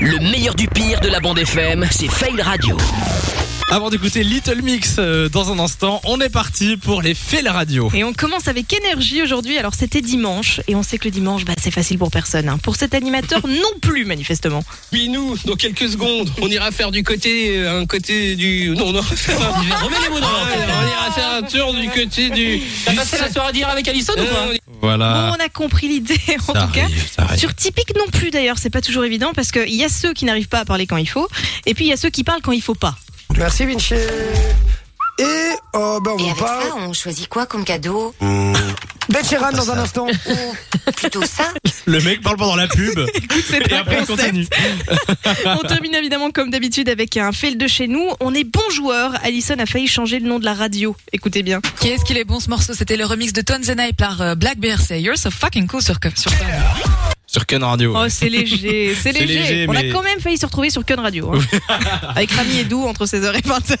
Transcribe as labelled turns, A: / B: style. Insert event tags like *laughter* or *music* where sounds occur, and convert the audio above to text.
A: Le meilleur du pire de la bande FM, c'est Fail Radio.
B: Avant d'écouter Little Mix euh, dans un instant, on est parti pour les fails radio.
C: Et on commence avec énergie aujourd'hui. Alors c'était dimanche et on sait que le dimanche, bah, c'est facile pour personne. hein. Pour cet
B: *laughs*
C: animateur non plus manifestement.
D: Puis nous, dans quelques secondes, on ira faire du côté, euh, un côté du, non, on ira faire, un... remets les mots dans
B: Ah
D: l'ordre. on ira faire un tour du côté du. T'as passé la soirée dire avec Alison
A: Euh,
D: ou quoi
B: Voilà.
C: Bon, on a compris l'idée *laughs* en
B: Ah. Ça
C: tout cas.
B: arrive, ça arrive.
C: Sur typique non plus d'ailleurs, c'est pas toujours évident parce qu'il y a ceux qui n'arrivent pas à parler quand il faut et puis il y a ceux qui parlent quand il
B: *laughs*
C: faut pas.
E: Merci Vinci. Et euh, ben, on
F: Et
E: vous
F: avec
E: parle
F: ça, on choisit quoi comme cadeau
E: d'Ed Ben Sheeran dans un
F: *laughs*
E: instant.
F: Ou plutôt ça
B: Le mec parle pendant
D: *laughs*
B: la pub
C: C'est
B: et
C: un
B: après il
C: concept.
B: continue.
C: On termine évidemment comme d'habitude avec un fail de chez nous. On est bon joueur. Alison a failli changer le nom de la radio. Écoutez bien.
G: Qu'est-ce qu'il est bon ce morceau C'était le remix de Tones and I par euh, Black Bear. C'est You're so fucking cool sur, sur Fun.
B: Sur Ken Radio.
C: Oh,
B: *laughs*
C: c'est léger, c'est
B: C'est
C: léger.
B: léger,
C: On
B: mais-
C: a quand même failli se retrouver sur Cun
B: *laughs*
C: Radio. hein. Avec Rami et Dou entre 16h et 20h.